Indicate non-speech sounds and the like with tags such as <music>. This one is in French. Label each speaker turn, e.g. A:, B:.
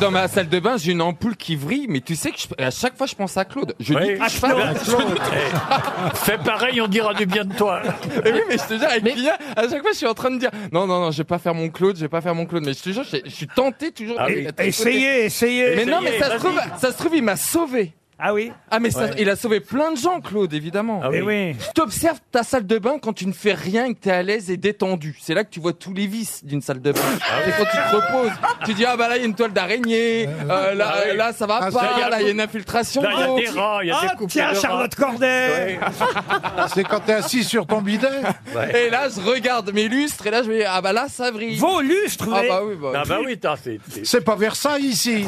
A: dans ma salle de bain, j'ai une ampoule qui vrille, mais tu sais que je- à chaque fois je pense à Claude. Je
B: Oui. Ah,
A: dis que je parle à <laughs> Claude.
B: Fais pareil, on dira du bien de toi.
A: Et Eh oui, mais je te jure, avec Kylian, à chaque fois je suis en train de dire non, non, non, je vais pas faire mon Claude, je vais pas faire mon Claude, mais je te jure, je je suis tenté toujours.
B: Ah
A: de-
B: oui.
A: de- de-
C: Essayez, essayez.
A: Mais non, mais
B: Essayez,
A: ça se
B: vas-y.
A: trouve, ça se trouve, il m'a sauvé.
C: Ah oui
A: Ah mais ça, il a sauvé plein de gens, Claude, évidemment.
B: Ah
C: Eh oui.
A: Je t'observe ta salle de bain quand tu ne fais rien et que t'es à l'aise et détendu. C'est là que tu vois tous les vices d'une salle de bain. Et quand tu te reposes, tu dis ah bah là il y a une toile d'araignée, euh, là,
B: Ah Ah oui.
A: là ça va
D: Ah, ça,
A: pas,
B: il y a
A: là il y
B: tout.
A: a une infiltration.
B: Là, il y a
A: d'eau.
B: des rats, il y a
C: Ah,
B: des coupes.
C: tiens,
B: de rats.
C: Charlotte Corday
B: Ouais.
D: C'est quand t'es assis sur ton bidet.
A: Et là je regarde mes lustres et là je me dis ah bah là ça brille.
C: Vos lustres, vous
A: ah
C: avez-
A: bah oui bah.
B: Ah bah oui, t'as- c'est- c'est-
D: C'est pas Versailles ici.